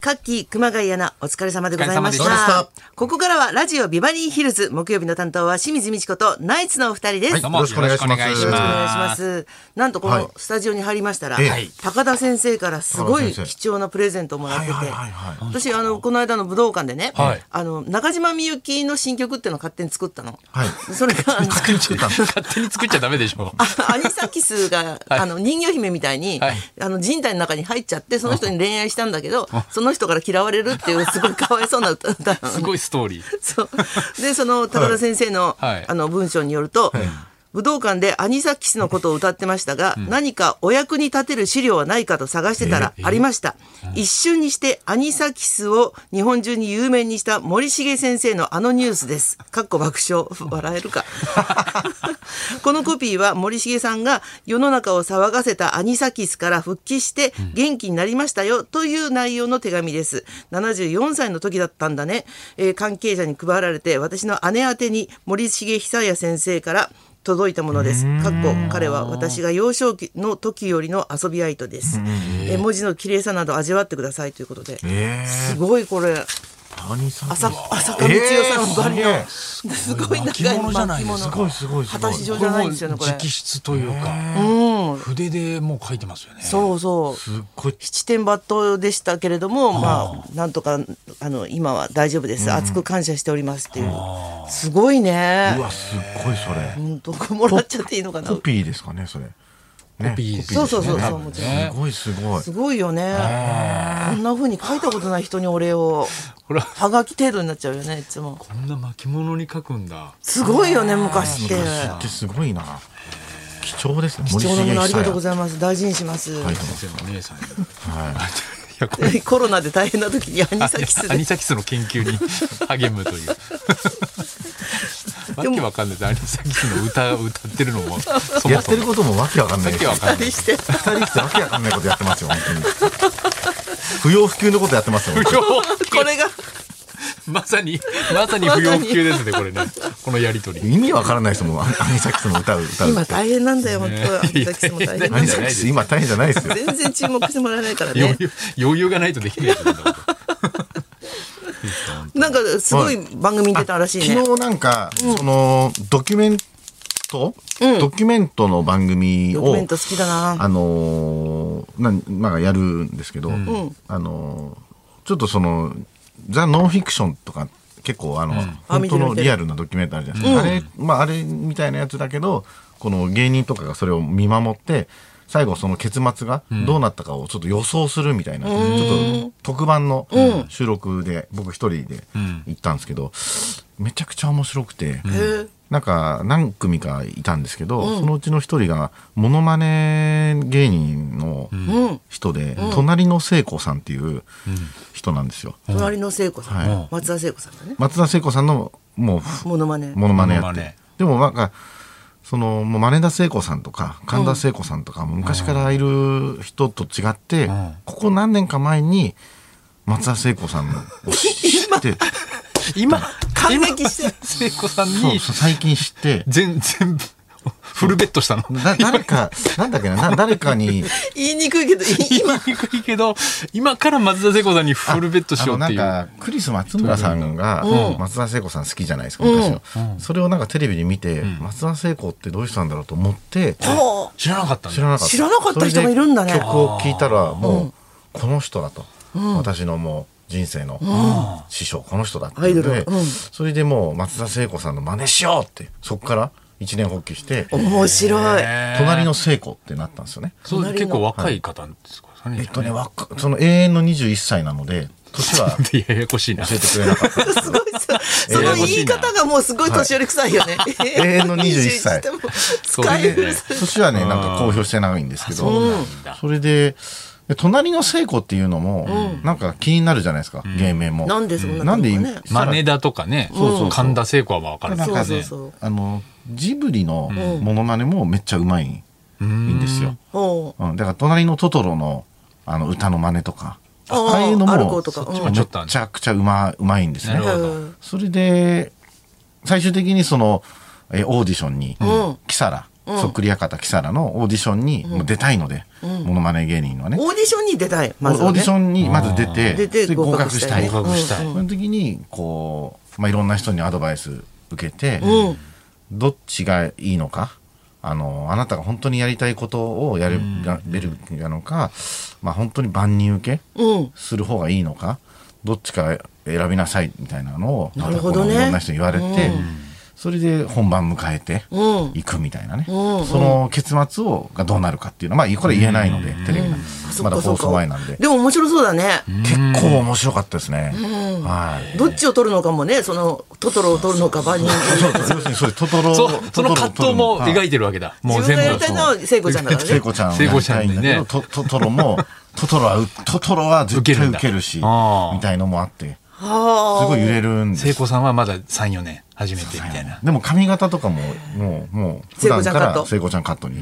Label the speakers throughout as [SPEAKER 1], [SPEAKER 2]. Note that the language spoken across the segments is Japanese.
[SPEAKER 1] カッキー熊谷アナ、お疲れ様でございまし
[SPEAKER 2] お疲れ様
[SPEAKER 1] た
[SPEAKER 2] で。
[SPEAKER 1] ここからはラジオビバリーヒルズ、木曜日の担当は清水美智子とナイツのお二人です。
[SPEAKER 2] はい、
[SPEAKER 1] よ
[SPEAKER 2] どう
[SPEAKER 1] ろ
[SPEAKER 2] も
[SPEAKER 1] し
[SPEAKER 2] よろしくお願いし
[SPEAKER 1] く
[SPEAKER 2] ます。
[SPEAKER 1] お願いし
[SPEAKER 2] す。
[SPEAKER 1] ます。なんとこ
[SPEAKER 2] はい
[SPEAKER 1] のスタジオに入りましたら、
[SPEAKER 2] ええ
[SPEAKER 1] 高田先生からすごい
[SPEAKER 2] 高田先生
[SPEAKER 1] 貴重なプレゼントをもらってて
[SPEAKER 2] はいはいはいはい
[SPEAKER 1] 私あのこの間の武道館でね、
[SPEAKER 2] はい
[SPEAKER 1] あの中島みゆきの新曲っていうのを勝手に作ったの、
[SPEAKER 2] はい
[SPEAKER 1] それがあの
[SPEAKER 2] 作ったんです
[SPEAKER 3] 勝手に作っちゃダメでしょ。
[SPEAKER 1] あアニサキスが、あの人魚姫みたいに、
[SPEAKER 3] はい
[SPEAKER 1] あの人体の中に入っちゃってその人に恋愛したんだけどその人から嫌われるって いうすごいかわいそうな歌歌なの
[SPEAKER 3] すごいストーリー。
[SPEAKER 1] そうでその高田先生の,、
[SPEAKER 3] はい
[SPEAKER 1] あの文章によると、武道館でアニサキスのことを歌ってましたが、何かお役に立てる資料はないかと探してたらありました、一瞬にしてアニサキスを日本中に有名にした森重先生のあのニュースですかっこ爆笑笑えるか このコピーは森重さんが世の中を騒がせたアニサキスから復帰して元気になりましたよという内容の手紙です74歳の時だったんだね、えー関係者に配られて私の姉宛てに森重久也先生から届いたものです。かっこ彼は私が幼少期の時よりの遊び相手です。えー文字の綺麗さなど味わってくださいということで。
[SPEAKER 2] え
[SPEAKER 1] すごいこれ
[SPEAKER 2] ー、何さん
[SPEAKER 1] 浅浅香道代さんばりの、
[SPEAKER 2] えー
[SPEAKER 1] すごい
[SPEAKER 3] 巻
[SPEAKER 1] 長い
[SPEAKER 3] 物じゃない
[SPEAKER 1] 巻
[SPEAKER 3] です
[SPEAKER 1] 物
[SPEAKER 3] か
[SPEAKER 2] すごいすごいす
[SPEAKER 1] 果
[SPEAKER 2] ごい
[SPEAKER 1] た。し状
[SPEAKER 3] こ
[SPEAKER 1] じ
[SPEAKER 3] れ
[SPEAKER 1] ゃない
[SPEAKER 3] も
[SPEAKER 1] んですよねこれ
[SPEAKER 3] 直。筆というか、筆でもう書いてますよね。
[SPEAKER 1] そうそう。
[SPEAKER 2] すっごい。
[SPEAKER 1] 七点抜刀でしたけれども、まあ、なんとか、あの、今は大丈夫です。熱く感謝しておりますっていう。すごいうね。
[SPEAKER 2] わ、すっごいそれ。
[SPEAKER 1] 本当、もらっちゃっていいのかな。
[SPEAKER 2] コピーですかね、それ。ね
[SPEAKER 3] コピーです
[SPEAKER 1] そ
[SPEAKER 3] ね
[SPEAKER 1] うそうそう、
[SPEAKER 3] ね
[SPEAKER 1] そう、もちろん。
[SPEAKER 3] ね
[SPEAKER 2] すごいすごい
[SPEAKER 1] す。ごいよね。こんな風に書いたことない人にお礼を。
[SPEAKER 3] ほら、
[SPEAKER 1] はがき程度になっちゃうよね、いつも。
[SPEAKER 3] こんな巻物に書くんだ。
[SPEAKER 1] すごいよね、昔って。
[SPEAKER 2] 昔ってすごいな。貴重ですね。
[SPEAKER 1] 貴重なものありがとうご
[SPEAKER 2] い
[SPEAKER 1] ざいます。大事にします。
[SPEAKER 2] はい
[SPEAKER 3] 先生のお姉 さんに。い
[SPEAKER 2] ま
[SPEAKER 3] や、これ。
[SPEAKER 1] コロナで大変な時にアニサキス
[SPEAKER 3] アニ
[SPEAKER 1] で。
[SPEAKER 3] サキスの研究に 励むという。わけわかんないです。アニサキスの歌を歌ってるの も。そ
[SPEAKER 2] す。
[SPEAKER 3] も
[SPEAKER 2] やっ
[SPEAKER 3] そ
[SPEAKER 2] てる
[SPEAKER 3] も。
[SPEAKER 2] こともわけわかん
[SPEAKER 3] わ
[SPEAKER 2] ないです
[SPEAKER 3] け。わかんない。
[SPEAKER 1] して。
[SPEAKER 2] 二人してわけわかんないことやってますよ、本当に。不要不急のことやってますよ。本当に
[SPEAKER 1] これが。
[SPEAKER 3] まさに、まさに不要不急ですね、これね。このやりとり。
[SPEAKER 2] 意味わからないですもん、アニサキスの歌う、歌う
[SPEAKER 1] 今。大変なんだよ、本当。アニサキスも大変
[SPEAKER 2] ア
[SPEAKER 1] なん
[SPEAKER 2] ニ
[SPEAKER 1] だよ
[SPEAKER 2] サ。キス今大変じゃないですよ。
[SPEAKER 1] 全然注目してもらえないから
[SPEAKER 3] 余
[SPEAKER 1] ね。
[SPEAKER 3] 裕余裕がないとできないですよね
[SPEAKER 1] なんかすごい番組に出たらしいね。
[SPEAKER 2] 昨日なんか、そのドキュメント、ドキュメントの番組
[SPEAKER 1] ドキュ
[SPEAKER 2] を
[SPEAKER 1] メント好きだな。
[SPEAKER 2] あのーなんまあやるんですけど、あのーちょっとそのザ・ノンフィクションとか結構あの、
[SPEAKER 1] あ
[SPEAKER 2] 本
[SPEAKER 1] 見て
[SPEAKER 2] 当
[SPEAKER 1] る
[SPEAKER 2] のリアルなドキュメントあるじゃないですか、あれまああれみたいなやつだけどこの芸人とかがそれを見守って最後その結末がどうなったかをちょっと予想するみたいな、ちょっと特番の収録で僕一人で行ったんですけど、めちゃくちゃ面白くて、
[SPEAKER 1] ー
[SPEAKER 2] なんか何組かいたんですけど、そのうちの一人がモノマネ芸人の人で、隣の聖子さんっていう人なんですよ。
[SPEAKER 1] 隣の聖子さん、
[SPEAKER 3] はい
[SPEAKER 1] 松田聖子さんだね。
[SPEAKER 2] 松田聖子さんのもう
[SPEAKER 1] モノマネ。
[SPEAKER 2] モノマネや
[SPEAKER 3] モノ
[SPEAKER 2] っ
[SPEAKER 3] マ
[SPEAKER 2] て
[SPEAKER 3] ネ。
[SPEAKER 2] でもなんかそのもう真似田聖子さんとか神田聖子さんとか、もう昔からいる人と違って、
[SPEAKER 3] ん
[SPEAKER 2] ここ何年か前に松田聖子さんを知 って
[SPEAKER 3] 今
[SPEAKER 1] 感激して。
[SPEAKER 3] 聖子さん
[SPEAKER 2] そう
[SPEAKER 3] に
[SPEAKER 2] そう最近知って
[SPEAKER 3] 全全部フルベットしたの
[SPEAKER 2] だ誰かなんだっけなな誰かに。
[SPEAKER 1] 言いにくいけ ど、い
[SPEAKER 3] 言いにくいけど今から松田聖子さんにフルベットしようってい
[SPEAKER 2] あの
[SPEAKER 3] う
[SPEAKER 2] なんかクリス松村さんが松田聖子さん好きじゃないですか昔の、それをなんかテレビで見て、松田聖子ってどういう人なんだろうと思って
[SPEAKER 1] ほう
[SPEAKER 3] 知らなかったん
[SPEAKER 2] 知
[SPEAKER 3] だ
[SPEAKER 2] らなかった
[SPEAKER 1] 知らなかった人がいるんだね
[SPEAKER 2] それで曲を聴いたらもうこの人だと、私のもう人生の師匠この人だっていうの
[SPEAKER 1] アイ
[SPEAKER 2] で、
[SPEAKER 1] ドルうん
[SPEAKER 2] それでもう松田聖子さんの真似しようってそこから一年発起して
[SPEAKER 1] 面白い。
[SPEAKER 3] へー
[SPEAKER 2] 隣の聖子ってなったんですよね
[SPEAKER 3] そう
[SPEAKER 1] 隣の
[SPEAKER 3] 結構若い方ですかね
[SPEAKER 2] えっとねわかその永遠の21歳なので年は教
[SPEAKER 3] ややこしいな
[SPEAKER 2] えてくれなかっ た
[SPEAKER 1] すごいそその言い方がもうすごい年寄り臭いよね。
[SPEAKER 2] 永遠の21歳
[SPEAKER 1] でも使い古され
[SPEAKER 2] 寿司はねなんか公表してないんですけど
[SPEAKER 3] そう
[SPEAKER 2] そ
[SPEAKER 3] なんだ
[SPEAKER 2] れでで隣の聖子っていうのも、なんか気になるじゃないですか、芸名も
[SPEAKER 1] なんでそんな
[SPEAKER 2] なんで
[SPEAKER 1] のかね
[SPEAKER 3] 真似だとかね神田聖子はまあ分かる
[SPEAKER 2] なん
[SPEAKER 1] そう
[SPEAKER 2] か
[SPEAKER 1] そう
[SPEAKER 2] ね
[SPEAKER 1] そう
[SPEAKER 2] あのジブリのモノマネもめっちゃうまいんですよ、
[SPEAKER 1] ほう
[SPEAKER 2] うん、だから隣のトトロのあの歌の真似とか
[SPEAKER 1] あー
[SPEAKER 2] ああいうの
[SPEAKER 1] アルコー
[SPEAKER 2] も
[SPEAKER 1] とか
[SPEAKER 2] そっち
[SPEAKER 3] う
[SPEAKER 2] も
[SPEAKER 3] ん
[SPEAKER 2] めちゃくちゃうまうまいんです
[SPEAKER 3] な
[SPEAKER 2] ね
[SPEAKER 3] るほ
[SPEAKER 1] う
[SPEAKER 3] ど
[SPEAKER 1] ん
[SPEAKER 2] それで最終的にそのえオーディションに、
[SPEAKER 1] ん
[SPEAKER 2] キサラそっくり館キサラのオーディションにもう出たいので、モノマネ芸人のね。
[SPEAKER 1] オーディションに出たい。ま
[SPEAKER 2] オ
[SPEAKER 1] ずはね、
[SPEAKER 2] ーディションにまず出て、
[SPEAKER 1] 出て
[SPEAKER 2] で合
[SPEAKER 1] 合格
[SPEAKER 2] 格
[SPEAKER 1] し
[SPEAKER 2] したた
[SPEAKER 1] いね
[SPEAKER 2] い。
[SPEAKER 3] 合格したい
[SPEAKER 2] その時に、こう、まあ、いろんな人にアドバイス受けて、どっちがいいのか、あの、あなたが本当にやりたいことをやれやれるなのか、まあ、本当に万人受け
[SPEAKER 1] うん。
[SPEAKER 2] する方がいいのか、どっちか選びなさいみたいなのを、
[SPEAKER 1] なるほどね
[SPEAKER 2] またこのいろんな人に言われて、それで本番迎えて、
[SPEAKER 1] うん。
[SPEAKER 2] 行くみたいなね、
[SPEAKER 1] うんうん
[SPEAKER 2] その結末をがどうなるかっていうのは、まあ、これ言えないので、テレビなんで
[SPEAKER 1] そっ
[SPEAKER 2] まだ
[SPEAKER 1] かそっ
[SPEAKER 2] 放
[SPEAKER 1] か。
[SPEAKER 2] 送前なんで
[SPEAKER 1] でも面白そうだね。
[SPEAKER 2] 結構面白かったですね、はい
[SPEAKER 1] どっちを取るのかもね、その、トトロを取るのか、万人
[SPEAKER 2] そうそう要するにそうですトトロ
[SPEAKER 3] そ
[SPEAKER 2] トトロ
[SPEAKER 3] その葛藤も描いてるわけだ。もう
[SPEAKER 1] 自分
[SPEAKER 3] 全
[SPEAKER 1] がや
[SPEAKER 3] 部。
[SPEAKER 1] りたいのは聖子ちゃんだから
[SPEAKER 2] 聖
[SPEAKER 1] ね。
[SPEAKER 2] 子ちゃんを
[SPEAKER 3] 聖
[SPEAKER 2] や
[SPEAKER 3] 子
[SPEAKER 2] り
[SPEAKER 3] ちゃ
[SPEAKER 2] た
[SPEAKER 3] ん
[SPEAKER 2] いん
[SPEAKER 3] に
[SPEAKER 2] だけど、
[SPEAKER 3] ね。
[SPEAKER 2] トトトロもトトロはうトトロは絶
[SPEAKER 3] 受ける
[SPEAKER 2] 対
[SPEAKER 3] んだ
[SPEAKER 2] 受けるし
[SPEAKER 3] あー
[SPEAKER 2] みたいのもあってす
[SPEAKER 1] は
[SPEAKER 2] ごい揺れるんです
[SPEAKER 3] 聖子さんはまだ3、4年初めてみたいな。
[SPEAKER 2] でも髪型とかももうもう
[SPEAKER 1] 聖
[SPEAKER 2] 普
[SPEAKER 1] 子
[SPEAKER 2] 段
[SPEAKER 1] ちゃん
[SPEAKER 2] か
[SPEAKER 1] カット
[SPEAKER 2] ら聖子ちゃんカットに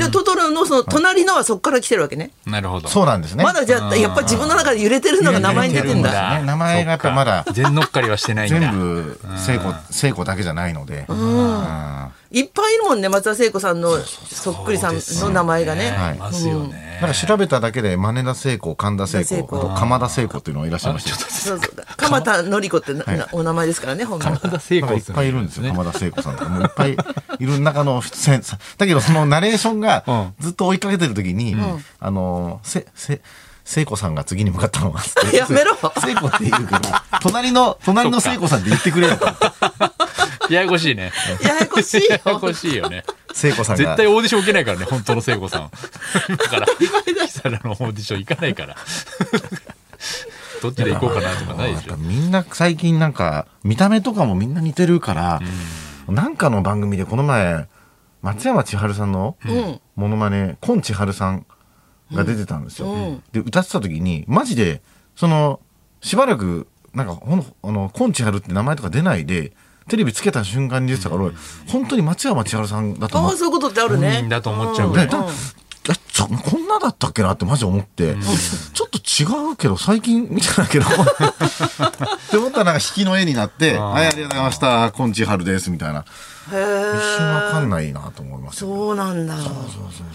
[SPEAKER 1] あ。で、トトロのその隣のはそこから来てるわけね。
[SPEAKER 3] なるほど。
[SPEAKER 2] そうなんですね
[SPEAKER 1] まだじゃあ、やっぱり自分の中で揺れてるのが名前に出てん
[SPEAKER 2] 揺れてるん
[SPEAKER 1] だ。
[SPEAKER 2] だね名前がやっぱまだ
[SPEAKER 3] そっか全乗っかりはしてないんだ。
[SPEAKER 2] 全部聖子聖子だけじゃないのでうん
[SPEAKER 1] いっぱいいるもんね、松田聖子さんのそっくりさんの名前がね。
[SPEAKER 2] はい
[SPEAKER 3] いますよね。
[SPEAKER 2] なんか調べただけで真根田聖子神田聖
[SPEAKER 1] 聖子
[SPEAKER 2] 子あと鎌田聖子っていうのがいらっしゃいました
[SPEAKER 1] そうそう。鎌田のり子ってななお名前ですからね、本名。
[SPEAKER 3] まだ聖
[SPEAKER 2] なんか
[SPEAKER 3] 子
[SPEAKER 2] いっぱいいるんですよ、浜田聖子さんとかもいっぱいいる中の出演さだけどそのナレーションがずっと追いかけてる時に、あのせせ聖子さんが次に向かったのはつって
[SPEAKER 1] やめろ
[SPEAKER 2] 聖子って言うから隣の隣の聖子さんって言ってくれよ
[SPEAKER 3] ややこしいね。
[SPEAKER 1] ややこしいよ
[SPEAKER 3] ややこしいよね。
[SPEAKER 2] 聖子さん
[SPEAKER 3] 絶
[SPEAKER 2] が
[SPEAKER 3] 対オーディション受けないからね、本当の聖子さん。だから、キサラのオーディション行かないから。どっちで行こうかなとかないでし
[SPEAKER 2] や
[SPEAKER 3] ょ
[SPEAKER 2] っぱ。みんな最近なんか見た目とかもみんな似てるから、なんかの番組でこの前松山千春さんの
[SPEAKER 1] ん
[SPEAKER 2] モノマネ、コン千春さんが出てたんですよ、
[SPEAKER 1] うん
[SPEAKER 2] で歌ってた時にマジでそのしばらくなんかほんあのコン千春って名前とか出ないでテレビつけた瞬間に出てたから、俺本当に松山千春さんだと
[SPEAKER 1] あ
[SPEAKER 2] 思っ
[SPEAKER 1] あ、そういうことってある
[SPEAKER 3] 本
[SPEAKER 1] ね
[SPEAKER 3] 人。だと思っちゃうぐら
[SPEAKER 2] ね
[SPEAKER 3] い。
[SPEAKER 2] だえちょこんなだったっけなってマジ思って、ちょっと違うけど最近見てない けどって思ったらなんか引きの絵になって「
[SPEAKER 3] あー
[SPEAKER 2] はいありがとうございましたこんちはるです」みたいな
[SPEAKER 1] へえ
[SPEAKER 2] 一。瞬わかんないなと思いますよ
[SPEAKER 1] そうなんだ。
[SPEAKER 2] そうそう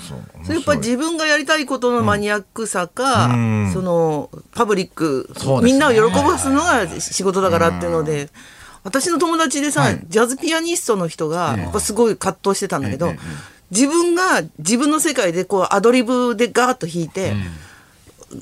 [SPEAKER 2] そう
[SPEAKER 1] それやっぱり
[SPEAKER 2] 面白
[SPEAKER 1] 自
[SPEAKER 2] い
[SPEAKER 1] 分がやりたいことのマニアックさか、
[SPEAKER 2] うん
[SPEAKER 1] そのパブリック、
[SPEAKER 2] そうで
[SPEAKER 1] み
[SPEAKER 2] す
[SPEAKER 1] ん
[SPEAKER 2] ね
[SPEAKER 1] なを喜ばすのが仕事だからっていうので、私の友達でさ、
[SPEAKER 2] はい
[SPEAKER 1] ジャズピアニストの人がやっぱすごい葛藤してたんだけど、
[SPEAKER 2] えええ
[SPEAKER 1] 自分が自分の世界でこうアドリブでガーッと弾いて、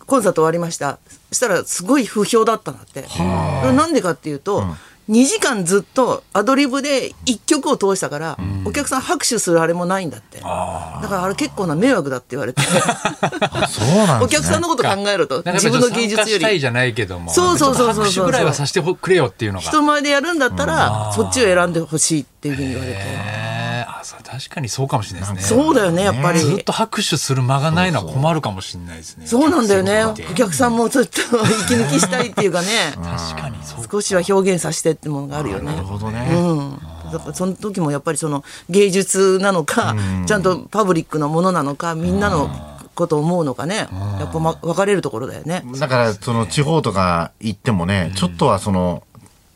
[SPEAKER 1] コンサート終わりましたそしたらすごい不評だったんだってそれなんでかっていうと、2時間ずっとアドリブで1曲を通したから、お客さん拍手するあれもないんだってだからあれ結構な迷惑だって言われて
[SPEAKER 2] あそうなん
[SPEAKER 1] お
[SPEAKER 2] です
[SPEAKER 1] 客さんのこと考えろと
[SPEAKER 3] なんか
[SPEAKER 1] 自分の芸術よ
[SPEAKER 3] したい
[SPEAKER 1] り
[SPEAKER 3] じゃないけども。
[SPEAKER 1] そうそうそうそうそう
[SPEAKER 3] 拍手ぐらいはさせてくれよっていうのが。
[SPEAKER 1] 人前でやるんだったらそっちを選んでほしいっていうふうに言われて
[SPEAKER 3] えーあ、それ確かにそうかもしれないですね。
[SPEAKER 1] そうだよねやっぱり。
[SPEAKER 3] ずっと拍手する間がないのは困るかもしれないですね。
[SPEAKER 1] そうなんだよね。
[SPEAKER 3] お
[SPEAKER 1] お
[SPEAKER 3] 客さん見て
[SPEAKER 1] 客さんもちょっと息抜きしたいっていうかね、
[SPEAKER 3] 確かにそうか。
[SPEAKER 1] 少しは表現させてってものがあるよね。
[SPEAKER 2] なるほどね、
[SPEAKER 1] うん、だからその時もやっぱりその芸術なのか、ちゃんとパブリックなものなのかみんなのことを思うのかね、やっぱ、ま、分かれるところだよね。
[SPEAKER 2] だからその地方とか行ってもね、ちょっとはその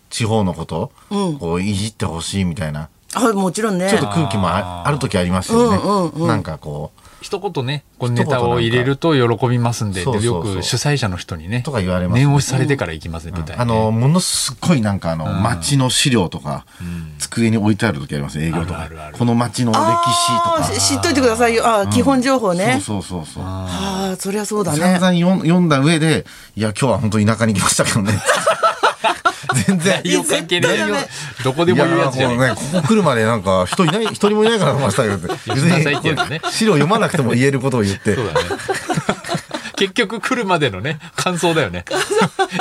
[SPEAKER 2] 地方のことをいじってほしいみたいな、
[SPEAKER 1] あもちろんね
[SPEAKER 2] ちょっと空気もあある時ありますよね、なんかこう
[SPEAKER 3] 一言ね、こう
[SPEAKER 2] 一言
[SPEAKER 3] ネタを入れると喜びますんで、
[SPEAKER 2] なんか
[SPEAKER 3] でよ
[SPEAKER 2] そうそうそう
[SPEAKER 3] く主催者の人にね、
[SPEAKER 2] とか言われますね
[SPEAKER 3] 念押しされてから行きますね、みたいな。
[SPEAKER 2] あの、ものすごいなんかあの、街の資料とか、机に置いてある時ありますね、営業と
[SPEAKER 3] あ
[SPEAKER 2] か
[SPEAKER 3] るあるあ。る
[SPEAKER 2] この街の歴
[SPEAKER 1] あ
[SPEAKER 2] 史
[SPEAKER 1] ー
[SPEAKER 2] とか。
[SPEAKER 1] し知っといてくださいよあー、基本情報ね
[SPEAKER 2] そうそうそうそう。
[SPEAKER 1] ああそりゃそうだ
[SPEAKER 2] 散
[SPEAKER 1] ね
[SPEAKER 2] 々読ん読んだ上で、いや、今日は本当田舎に来ましたけどね。全然。
[SPEAKER 3] 内容関係な
[SPEAKER 1] 絶対
[SPEAKER 3] い
[SPEAKER 1] ダメ
[SPEAKER 3] どこでも言うやつじゃない
[SPEAKER 2] いやもうね、ここ来るまでなんか、人いない、一人もいないから来ましたけどって。
[SPEAKER 3] 行
[SPEAKER 2] 別
[SPEAKER 3] きなさいってやつね
[SPEAKER 2] に資料読まなくても言えることを言って
[SPEAKER 3] そ。うだね。 結局来るまでのね、感想だよ ね。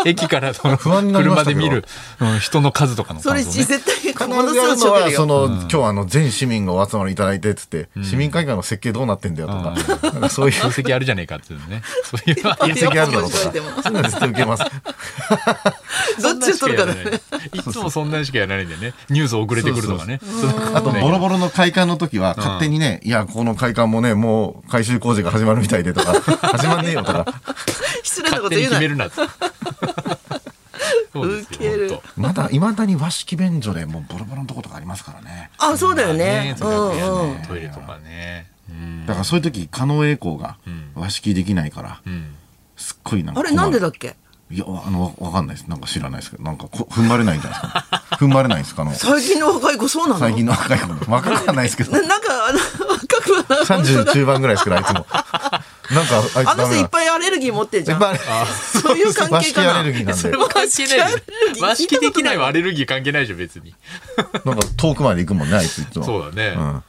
[SPEAKER 3] 駅からその
[SPEAKER 2] 不安になりま
[SPEAKER 3] 車
[SPEAKER 2] した
[SPEAKER 3] で
[SPEAKER 2] けど
[SPEAKER 3] 見る、うん人の数とかの
[SPEAKER 1] そ
[SPEAKER 3] 感
[SPEAKER 1] れ
[SPEAKER 3] 想ね。
[SPEAKER 1] 絶対
[SPEAKER 2] 必
[SPEAKER 1] もの
[SPEAKER 2] ず
[SPEAKER 1] す
[SPEAKER 2] や
[SPEAKER 1] ごい
[SPEAKER 2] る
[SPEAKER 1] ショック
[SPEAKER 2] の
[SPEAKER 1] だ
[SPEAKER 2] は、そ
[SPEAKER 1] よ
[SPEAKER 2] の、今日はあの、全市民がお集まりいただいて、つって、市民会館の設計どうなってんだよとか、なんかそういう
[SPEAKER 3] 分析あるじゃねえかっていうのね。そういうのは
[SPEAKER 2] 分析あるだろうとか、
[SPEAKER 1] そ
[SPEAKER 2] そうう
[SPEAKER 1] い
[SPEAKER 2] いうう
[SPEAKER 1] の
[SPEAKER 2] のは絶対受け ます。
[SPEAKER 1] どっちを取るかだね。
[SPEAKER 3] いつもそんなんしかやらないんだよね。ニュース遅れてくるとかね。
[SPEAKER 2] あと、ボロボロの会館の時は、勝手にね、いや、この会館もね、もう改修工事が始まるみたい でとか、始まんねえよとか、
[SPEAKER 1] 失礼なこ
[SPEAKER 3] 勝
[SPEAKER 1] と
[SPEAKER 3] 手に
[SPEAKER 1] 言う
[SPEAKER 3] 決
[SPEAKER 1] な
[SPEAKER 3] めるなって。そうですよ
[SPEAKER 1] ウケる
[SPEAKER 3] ほんと
[SPEAKER 2] まだいまだに和式便所でもうボロボロのとことかありますからね
[SPEAKER 1] あ、そうだよね
[SPEAKER 3] ね。
[SPEAKER 1] う
[SPEAKER 3] そう
[SPEAKER 1] う
[SPEAKER 3] んだよ
[SPEAKER 1] ん
[SPEAKER 3] ね。トイレとかね。うん。
[SPEAKER 2] だからそういう時狩野英孝が
[SPEAKER 3] ん
[SPEAKER 2] 和式できないから、
[SPEAKER 3] うん。
[SPEAKER 2] すっごいなんか
[SPEAKER 1] あ
[SPEAKER 2] 困
[SPEAKER 1] れ
[SPEAKER 2] る
[SPEAKER 1] なんでだっけ
[SPEAKER 2] いやあのわわかんないですなんか知らないですけどなんかこ踏ん張れないんじゃないですか 踏ん張れないんですかあの
[SPEAKER 1] 最近の若い子そうなの
[SPEAKER 2] 最近の若い子も若くはないで すけど
[SPEAKER 1] ななんか、あの、若くはない本当
[SPEAKER 2] 30
[SPEAKER 1] だ
[SPEAKER 2] 中盤ぐらいですけどあ いつもなんかあいつ
[SPEAKER 1] あの
[SPEAKER 2] ダメ
[SPEAKER 1] 人
[SPEAKER 2] だ
[SPEAKER 1] いっぱいアレルギー持ってんじゃん。
[SPEAKER 2] やっぱあ
[SPEAKER 1] そういう関係か
[SPEAKER 2] 和式アレル
[SPEAKER 1] な。
[SPEAKER 2] ギーなん
[SPEAKER 3] そ
[SPEAKER 2] で
[SPEAKER 3] れも関係ない
[SPEAKER 1] 和式アレルギ
[SPEAKER 3] じ
[SPEAKER 1] ー
[SPEAKER 3] ゃん。和式できないはアレルギー関係ないでしょ、別に。
[SPEAKER 2] なんか遠くまで行くもんねあいついつも
[SPEAKER 3] そうだね。うん。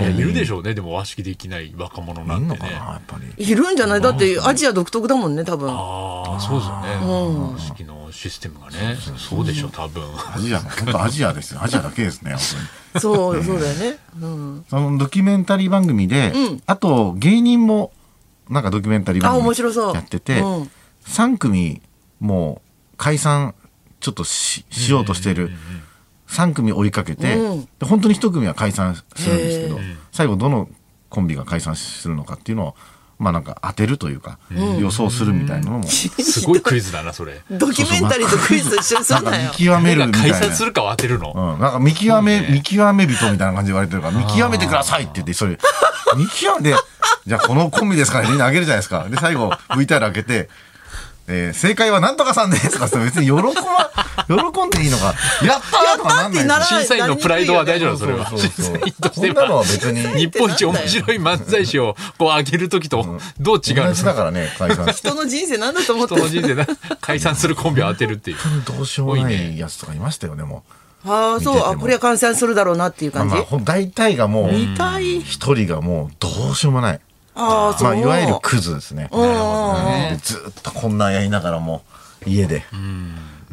[SPEAKER 3] いやいるでしょうね、でも和式できない若者ないん
[SPEAKER 2] ん
[SPEAKER 3] て
[SPEAKER 2] のかな
[SPEAKER 3] ね。
[SPEAKER 2] やっぱり
[SPEAKER 1] いるんじゃないだってアジア独特だもんね、多分。
[SPEAKER 3] ああ、そうですよね。和式のシステムがね。そうでしょ、多 分。
[SPEAKER 2] アジアの本当アジアですよアジアだけですね本当に
[SPEAKER 1] そう、そうだよね。うん。
[SPEAKER 2] そのドキュメンタリー番組で、あと芸人もなんかドキュメンタリー番
[SPEAKER 1] あ面白そう
[SPEAKER 2] 組やってて、
[SPEAKER 1] うん
[SPEAKER 2] 3組もう解散ちょっとししようとしてる3組追いかけて、
[SPEAKER 1] うん
[SPEAKER 2] で本当に1組は解散するんですけ
[SPEAKER 1] へ
[SPEAKER 2] ど最後どのコンビが解散するのかっていうのをまあなんか当てるというか、予想するみたい なのも、
[SPEAKER 3] すごいクイズだな、それ。
[SPEAKER 1] ドキュメンタリーとクイズと一緒にす
[SPEAKER 2] なんんか
[SPEAKER 1] なよ
[SPEAKER 2] 見。極
[SPEAKER 3] 誰
[SPEAKER 2] める
[SPEAKER 3] が
[SPEAKER 2] みた
[SPEAKER 3] 解
[SPEAKER 2] いな。
[SPEAKER 3] 散するかを当てるの。
[SPEAKER 2] うん、なんか見極め、
[SPEAKER 3] そうね
[SPEAKER 2] 見極め人みたいな感じで言われてるから、見極めてくださいって言って、それ、 見極めて、じゃあこのコンビですからみんなあげるじゃないですか。で、最後、VTR 開けて、えー正解はなんとかさんですとかって別に喜ば、喜んでいいのか、やったーとかな
[SPEAKER 1] やったーっ
[SPEAKER 2] んない
[SPEAKER 1] てなら
[SPEAKER 2] し
[SPEAKER 1] ない
[SPEAKER 3] 審査員のプライドは大丈夫なのそれは。
[SPEAKER 2] そう
[SPEAKER 3] 審
[SPEAKER 2] そうそ
[SPEAKER 3] 査
[SPEAKER 2] う
[SPEAKER 3] 員として
[SPEAKER 2] そんなのは
[SPEAKER 3] は。
[SPEAKER 2] 別に
[SPEAKER 3] 日、本一面白い漫才師をこう上げるときとどう違う
[SPEAKER 2] 同
[SPEAKER 3] の
[SPEAKER 2] じだからね、解散して。
[SPEAKER 1] 人の人生なんだと思って
[SPEAKER 3] 人の人生な解散するコンビを当てるっていう。
[SPEAKER 2] どうしようもないやつとかいましたよね、も
[SPEAKER 1] ああ、そう、あ、これは感染するだろうなっていう
[SPEAKER 2] う。まあ
[SPEAKER 1] 感じ
[SPEAKER 2] まあ、。ほん大体がもう、
[SPEAKER 1] 見たい。
[SPEAKER 2] 一人がもうどうしようもない。
[SPEAKER 1] ああ、そう。
[SPEAKER 2] まあ、いわゆるクズですね。
[SPEAKER 1] うん
[SPEAKER 2] でずっとこんなんやりながらも家で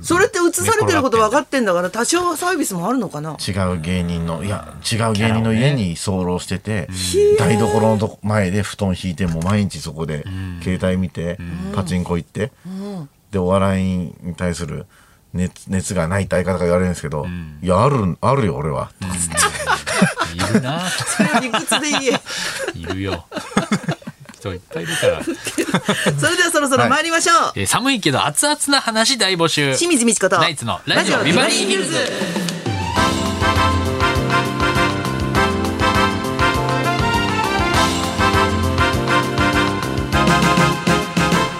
[SPEAKER 1] それって映されてること分かってんだから、多少はサービスもあるのかな。
[SPEAKER 2] 違う芸人のいや違う芸人の家に居候してて、台所のとこ前で布団敷いてもう毎日そこで携帯見て、パチンコ行って、でお笑いに対する熱熱がないって相方が言われるんですけど「いやあるあるよ俺は」とかつって
[SPEAKER 3] いるな。
[SPEAKER 1] それは理屈で 言え。
[SPEAKER 3] いるよ。 人いっぱいいるから。
[SPEAKER 1] それではそろそろ参りましょう。
[SPEAKER 3] えー寒いけど熱々な話大募集。
[SPEAKER 1] 清水美智子と
[SPEAKER 3] ナイツのラジオビバリーヒルズ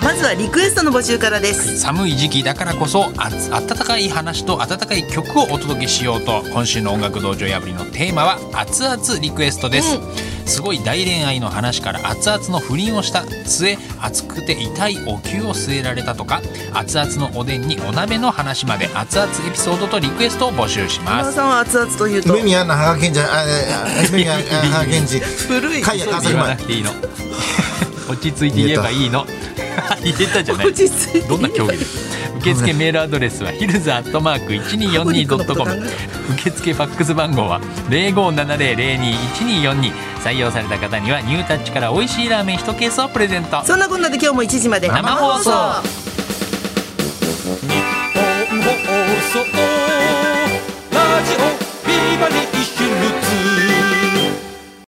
[SPEAKER 1] まずはリクエストの募集からです
[SPEAKER 3] 寒い時期だからこそあつ暖かい話と温かい曲をお届けしようと今週の「音楽道場破り」のテーマは「熱々リクエスト」です、すごい大恋愛の話から熱々の不倫をした末熱くて痛いお灸を据えられたとか熱々のおでんにお鍋の話まで熱々エピソードとリクエストを募集し
[SPEAKER 1] 山
[SPEAKER 3] ま
[SPEAKER 1] 田
[SPEAKER 3] す
[SPEAKER 1] さんは熱々というと
[SPEAKER 2] 梅宮アンナ羽賀健二ああ梅宮アンナ羽賀健二
[SPEAKER 1] 古い
[SPEAKER 2] かいや朝日
[SPEAKER 3] 言わなく
[SPEAKER 2] 前
[SPEAKER 3] てい いの落ち着いて言えばいいの 言えたじゃない
[SPEAKER 1] 落ち着いて
[SPEAKER 3] どんな競技です 受付メールアドレスはヒルズアットマーク
[SPEAKER 1] パブリ
[SPEAKER 3] 1242.com
[SPEAKER 1] ックのこと考
[SPEAKER 3] 受付ファックス番号は0570021242採用された方にはニュータッチから美味しいラーメン1ケースをプレゼント
[SPEAKER 1] そんなこんなで今日も1時まで
[SPEAKER 3] 生放送
[SPEAKER 1] 生放送